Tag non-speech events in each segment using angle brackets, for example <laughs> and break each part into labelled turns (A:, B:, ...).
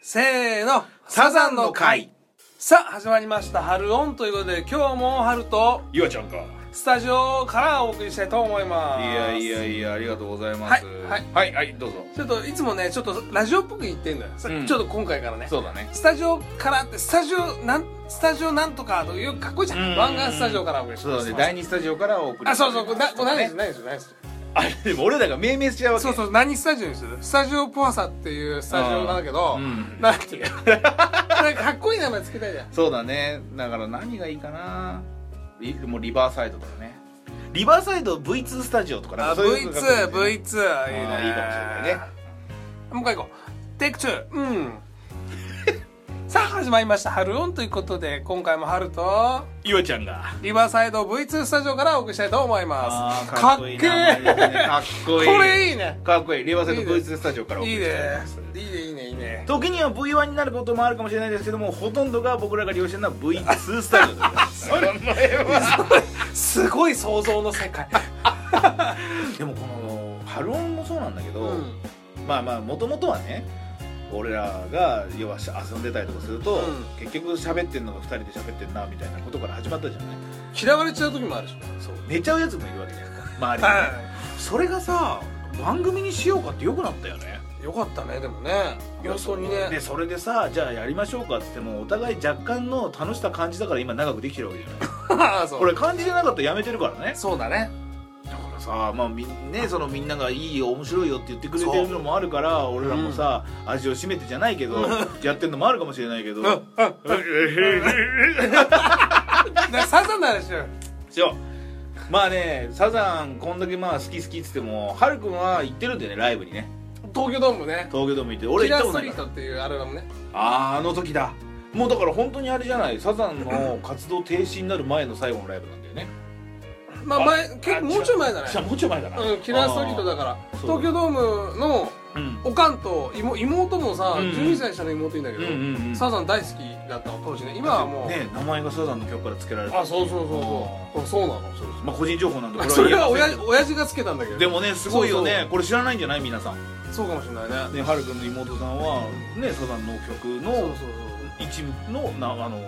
A: せーの
B: サザンの会
A: さあ始まりました「春オン」ということで今日も春と
B: ゆわちゃんか
A: スタジオからお送りしたいと思いま
B: い
A: す
B: やいやいやありがとうございます
A: はいは
B: はいいはい、どうぞ
A: ちょっといつもねちょっとラジオっぽく言ってんだよ、さ
B: うん
A: ちょっと今回からね
B: そうだね
A: スタジオからってスタジオなんスタジオなんとかというかっこいいじゃ
B: うんん
A: 湾岸スタジオからお送りし
B: そう
A: ま
B: だ
A: す
B: ね第二スタジオからお送り
A: あそうそうこれなこれ何で
B: ね
A: す何です何です
B: あれでも俺らが命名しちゃうわけ
A: そうそう何スタジオにするスタジオポアサっていうスタジオなんだけど、
B: うん
A: なんていう <laughs> なんかかっこいい名前つけたいじゃん
B: そうだねだから何がいいかなリもうリバーサイドとかねリバーサイド V2 スタジオとかなん
A: あ
B: かそういうのが
A: V2V2 いいね
B: あーいいかもしれないね
A: もう一回行こうテイク2うん <laughs> さあ始まりました「春オン」ということで今回も春と
B: ゆわちゃんが
A: リバーサイド V2 スタジオからお送りしたいと思います
B: ーかっこいい名前
A: かっ
B: ですねかっ
A: け
B: こいい
A: ーこれいいね
B: かっこいいリバーサイド V2 スタジオからお送
A: いい
B: りしたと思
A: ね
B: ます
A: いいねいいねいいね
B: 時には V1 になることもあるかもしれないですけどもほとんどが僕らが利用してるのは V2 スタジオでございま
A: <laughs>
B: すそれ
A: すごい想像の世界
B: でもこの「ハルオン」もそうなんだけど、
A: うん
B: まあまあもともとはね俺らが要は遊んでたりとかすると、
A: うん
B: 結局喋ってんのが2人で喋ってんなみたいなことから始まったじゃない
A: 嫌われちゃう時もあるし
B: そう寝ちゃうやつもいるわけじゃん周りに、
A: は
B: それがさ番組にしようかってよくなったよね
A: いよかったねでもね本当に <laughs>
B: で
A: ね
B: それでさじゃあやりましょうかっつってもお互い若干の楽しさ感じたから今長くできてるわけじゃない
A: そう
B: これ感じてなかったらやめてるからね
A: そうだね
B: だからさ、まあみんね、そのみんながいいよ面白いよって言ってくれてるのもあるから俺らもさ、味を占めてじゃないけど、やってるのもあるかもしれないけど、
A: うんうんでサザンの話しよう
B: しようまあねサザンこんだけまあ好き好きっつってもはるくんは行ってるんだよねライブにね
A: 東京ドームね
B: 東京ドーム行って俺
A: キ
B: 行っ
A: ラ
B: た
A: ー
B: こ
A: スト
B: とな
A: リ
B: い
A: ー
B: から
A: トっていうアルバムね
B: あーあの時だもうだから本当にあれじゃないサザンの活動停止になる前の最後のライブなんだよね
A: まあ
B: あ
A: 前結構もうちょい前だね
B: じゃあもうちょい前だな
A: うんキラーストリートだから
B: ーそう
A: 東京ドームの
B: あーうん
A: おかんと妹妹もさ、
B: うんうん
A: 12歳下の妹いんだけど、
B: うんうんうん
A: サザン大好きだったの当時ね今はもう、
B: ね名前がサザンの曲から付けられて
A: あそうそうそうそうあそうなの
B: そうですまあ個人情報なんでこ
A: それ
B: 言え
A: は
B: ません
A: 親親父がつけたんだけど
B: でもねすごいよね
A: そう
B: これ知らないんじゃない皆さん
A: そうかもしれないね
B: ねはるくんの妹さんはねサザンの曲
A: そうそう
B: の一部のなあの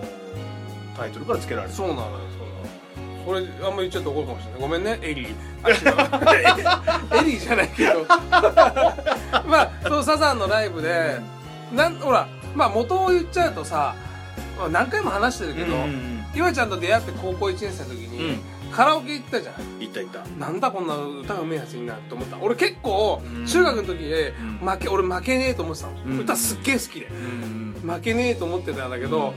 B: タイトルから付けられる
A: そうそうなのよそうなのこれあんま言っちゃったら怒るかもしれないごめんねエ
B: <laughs>
A: リーあ違うエリーじゃないけど <laughs> まあそうサザンのライブでなんほらまあ元を言っちゃうとさまあ何回も話してるけど、
B: うんうん
A: 岩ちゃんと出会って高校1年生の時
B: うん
A: に、カラオケ行ったじゃん
B: うんいったいった
A: なんだこんな歌うめえやついんなと思った俺結構
B: うん
A: 中学の時で
B: うん
A: 負け俺負けねえと思ってたの、
B: うん
A: 歌すっげえ好きで
B: うん
A: 負けねえと思ってたんだけど、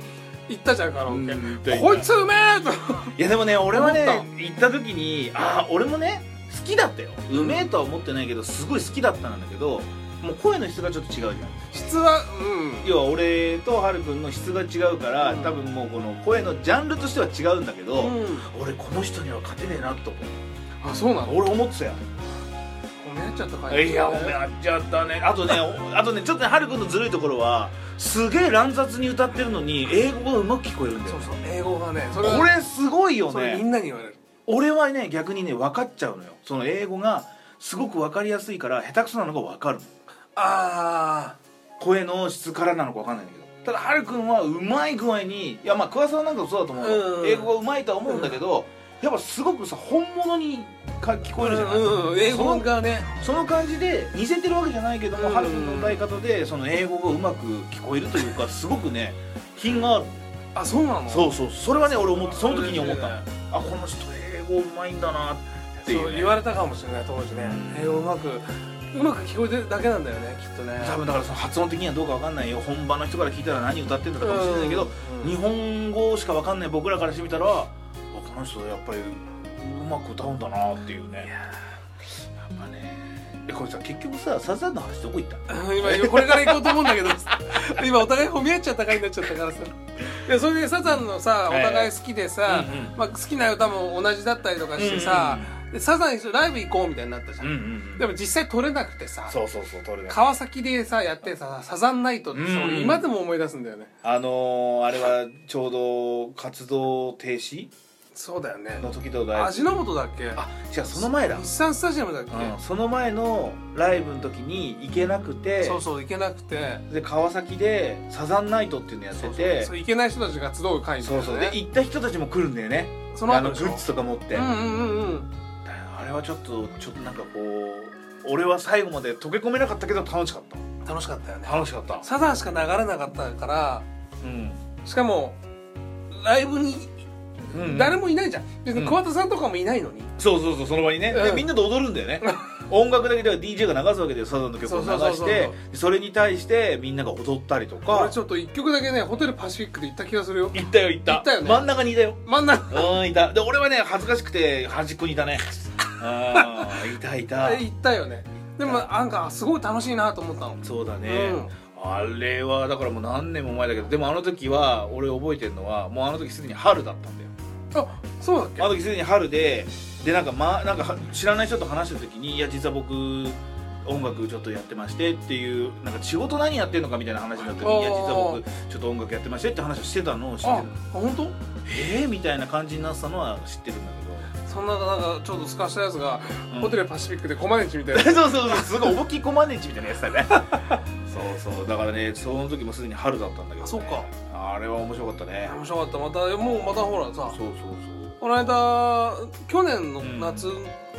A: 行ったじゃんカラオケ、
B: うんで
A: こいつうめえと
B: いやでもね俺はね
A: 思っ
B: 行った時にああ俺もね好きだったよ
A: ん
B: うめえとは思ってないけどすごい好きだったんだけどもう声の質がちょっと違うじゃん
A: 質はうん
B: 要は俺とはるくんの質が違うから、
A: うん
B: 多分もうこの声のジャンルとしては違うんだけど、
A: うん、
B: 俺この人には勝てねえなと思う
A: あそうなの
B: 俺思ってたよ
A: おめえちゃったか
B: いやおめやっちゃったねあとねおあとねちょっとねはるくんのずるいところはすげえ乱雑に歌ってるのに英語がうまく聞こえるんだよ
A: そうそう英語がねそは
B: これすごいよ
A: それみん
B: ね
A: なに言われる
B: 俺はね逆にね分かっちゃうのよその英語がすごく分かりやすいから下手くそなのが分かる
A: あ
B: 声の質からなのか分かんないんだけどただはるくんはうまい具合にいやまあ桑沢なんかもそうだと思うよ、
A: うん
B: 英語がうまいとは思うんだけど、やっぱすごくさ本物にか聞
A: あ
B: こえるじゃない、
A: うんうん、英語がね
B: その感じで似せてるわけじゃないけども、
A: うん
B: ハル君の歌い方でその英語がうまく聞こえるというかすごくね品がある
A: あそうなの
B: そうそうそれはね俺思ってその時に思ったの
A: う
B: あ
A: ん
B: この人英語うまいんだなっていう,、
A: そう言われたかもしれない当時ね
B: うん
A: 英語うまくうまく聞こえてるだけなんだよねきっとね
B: 多分だからその発音的にはどうかわかんないよ本場の人から聞いたら何歌ってんだか
A: うん
B: もしれないけど、
A: うん
B: 日本語しかわかんない僕らからしてみたらあこの人やっぱりうまく歌うんだなっていうねやっぱねえこれさ結局さサザンの話どこ行った
A: 今これから行こうと思うんだけど <laughs> 今お互い褒め合っちゃったかになっちゃったからさいやそれでサザンのさお互い好きでさ、
B: うんうん
A: まあ、好きな歌も同じだったりとかしてさ、でサザン一緒にライブ行こうみたいになったじゃん、
B: うんうんうん
A: でも実際撮れなくてさ
B: そうそうそう取れない
A: 川崎でさやってさサザンナイトってさ、
B: うん
A: 俺今でも思い出すんだよね
B: あのー、あれはちょうど活動停止
A: そうだよね
B: の時とだい
A: 味の素だっけ
B: あ違うその前だ
A: 日産スタジアムだっけ、
B: うん、その前のライブの時に行けなくて
A: そうそう行けなくて
B: で川崎でサザンナイトっていうのやって
A: そう
B: て
A: そう行けない人たちが集う会みたい
B: そ
A: な
B: う
A: ね
B: そうで行った人たちも来るんだよね
A: その
B: あ
A: 後
B: の
A: で
B: グ
A: しょ
B: ッズとか持って、
A: うんうんうんうん
B: あれはちょっとちょっとなんかこう俺は最後まで溶け込めなかったけど楽しかっ
A: 楽しかったよね
B: た楽しかった
A: サザンしか流れなかったから
B: うん、
A: しかもライブに
B: うん
A: 誰もいないじゃん、別
B: う
A: に
B: ん
A: 桑田さんとかもいないのに、
B: そうそうそうその場にね、で
A: うん
B: みんなで踊るんだよね音楽だけでは DJ が流すわけでサザンの曲を流
A: そうそうそう
B: し
A: そう
B: てそれに対してみんなが踊ったりとか
A: 俺ちょっと一曲だけねホテルパシフィックで行った気がするよ
B: 行ったよ行った
A: 行ったよね
B: 真ん中にいたよ
A: 真ん中
B: うんいたで俺はね恥ずかしくて端っこにいたね
A: <laughs>
B: ああいたいた
A: 行ったよねでもなんかすごい楽しいなと思ったの、
B: そうだね、あれはだからもう何年も前だけどでもあの時は俺覚えてるのはもうあの時すでに春だったんだよ
A: うんあそうだっけ
B: あの時すでに春ででなんか,、ま、なんかは知らない人と話した時に「いや実は僕音楽ちょっとやってまして」っていうなんか仕事何やってんのかみたいな話になった時に「いや実は僕ちょっと音楽やってまして」って話をしてたのを知って
A: あ
B: る
A: 本当
B: えー、みたいな感じになってたのは知ってるんだ
A: そんななんかちょっとすかしたやつが、
B: けど、うん
A: ホテルパシフィックでコマネチみたいな
B: <laughs> そうそうそうすごいおぼきこまねちみたいなやつだ <laughs> ねそうそうだからねその時もすでに春だったんだけど、ね、
A: あそうか
B: あれは面白かったね
A: 面白かったまたもうまたほら
B: そう
A: さ
B: そう
A: この間去年の
B: うん
A: 夏、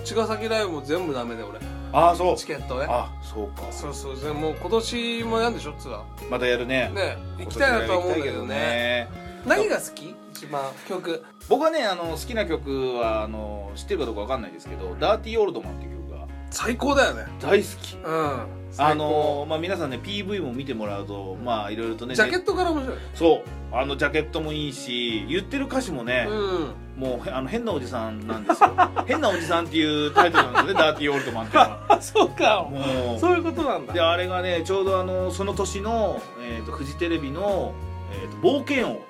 A: 茅ヶ崎ライブも全部ダメで俺
B: そうああそう
A: チケットね
B: あそうか
A: そうそうでもう今年もやんでしょツア
B: またやるね
A: ーね行きたいなとは思うんだけどね
B: 今年は行きたいけど
A: 何
B: ね
A: が好き一番曲
B: 僕はねあの好きな曲はあの知ってるかどうかわかんないですけど「ダーティーオールドマン」っていう曲が
A: 最高だよね
B: 大好き
A: うん
B: あのまあ皆さんね PV も見てもらうとまあいろいろとね
A: ジャケットから面白い、
B: そうあのジャケットもいいし言ってる歌詞もね、
A: うん
B: もうへあの変なおじさんなんですよ
A: <laughs>
B: 変なおじさんっていうタイトルなんですよねダーティーオールドマンっていうのは
A: あそうか
B: も
A: そういうことなん
B: う
A: だ
B: であれがねちょうどあのその年の、えー、とフジテレビの「えー、と冒険王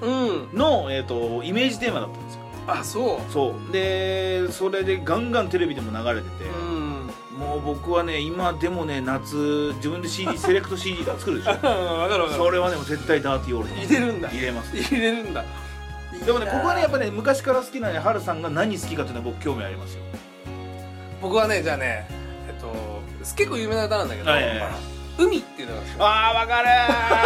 A: うん
B: の」えー、とイメージテーマだったんですよ
A: あそ
B: そうでそれでガンガンテレビでも流れてて
A: う、 <laughs> うん
B: もう僕はね今でもね夏自分で CD <laughs> セレクト CD が作るでしょ
A: 分かる分
B: それはねもう絶対ダーティーオールドマン
A: 入れるんだ
B: 入れま
A: <laughs>
B: す
A: 入れるんだ
B: でもね
A: いい
B: こ
A: な
B: こはねやっぱね昔から好きなねハルさんが何好きかっていうのは僕興味ありますよ
A: 僕はねじゃあねえっと結構有名な歌なんだけど、
B: はいはいはい
A: 海っていうのが好き
B: あ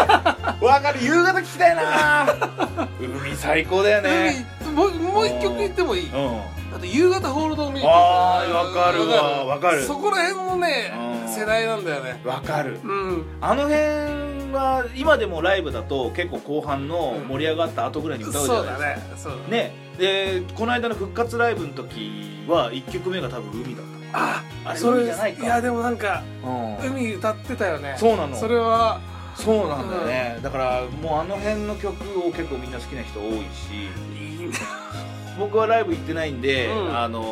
B: ーわかる <laughs> ーわかる夕方聞きたいなー <laughs> 海最高だよね
A: 海もうもう一曲言ってもいい
B: うん
A: あと夕方ホールドを見る
B: あーわかるわわかる
A: そこら辺もね
B: うん
A: 世代なんだよね
B: わかる
A: うん
B: あの辺は今でもライブだと結構後半の盛り上がった後ぐらいに歌うじゃ
A: そう
B: ない
A: だ
B: で
A: ね
B: すか、
A: そう
B: ねでこの間の復活ライブの時は1曲目が多分海だった
A: あ
B: あれ
A: それ
B: 海じゃないか
A: いやでもなんか
B: うん
A: 海歌ってたよね
B: そうなの
A: それは
B: そうなんだよね、だからもうあの辺の曲を結構みんな好きな人多いし
A: いいね
B: 僕はライブ行ってないんで、
A: うん
B: あの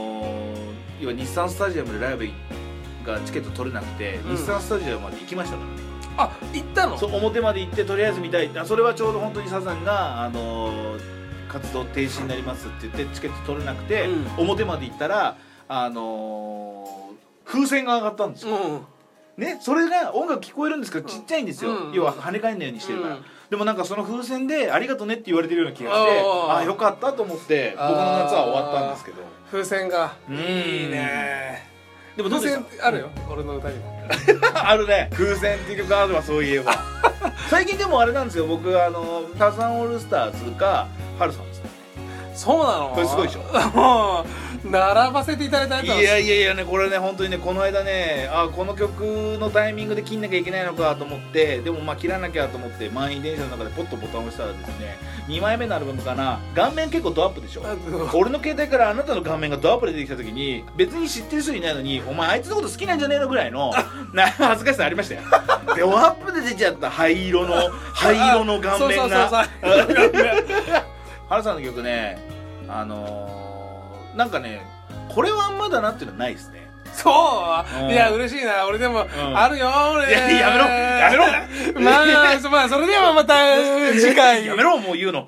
B: ー要は日産スタジアムでライブがチケット取れなくて、
A: うん
B: 日産スタジアムまで行きましたからね
A: あ行ったの
B: そう表まで行ってとりあえず見たいあそれはちょうど本当にサザンが、あのー活動停止になりますって言ってチケット取れなくて、
A: うん
B: 表まで行ったら、あのー風船が上がったんですよ、
A: うん
B: ね、それが音楽聞こえるんですけどちっちゃいんですよ、
A: うん
B: 要は跳ね返んないようにしてるから、
A: うん
B: でもなんかその風船で「ありがとね」って言われてるような気がして
A: あー
B: ああよかったと思って僕の夏は終わったんですけど
A: 風船が
B: うん
A: いいね
B: でもどう
A: 風
B: でし
A: 船あるよ俺の歌にも
B: た <laughs> あるね風船っていう曲あるわそういえば <laughs> 最近でもあれなんですよ僕あのタザンオールスターズかハルさんですね
A: そうなの
B: これすごいでしょ
A: もう並ばせていただいたや
B: い
A: つなん
B: やいやいやねこれね本当にねこの間ねあこの曲のタイミングで切んなきゃいけないのかと思ってでもまあ切らなきゃと思って満員電車の中でポッとボタンを押したらですね2枚目のアルバムかな顔面結構ドアップでしょ
A: あ
B: 俺の携帯からあなたの顔面がドアップで出てきた時に別に知ってる人いないのにお前あいつのこと好きなんじゃねえのぐらいのな恥ずかしさありましたよドアップで出ちゃった灰色の灰色の顔面が
A: そうそうそうそう
B: 原さんの曲ねあのー、なんかねこれはあんまだなっていうのはないですね
A: そう、
B: うん
A: いや嬉しいな俺でも、
B: ん
A: あるよ俺
B: いややめろやめろ
A: まあ、そまあ、それではまた次回
B: <laughs> やめろもう言うの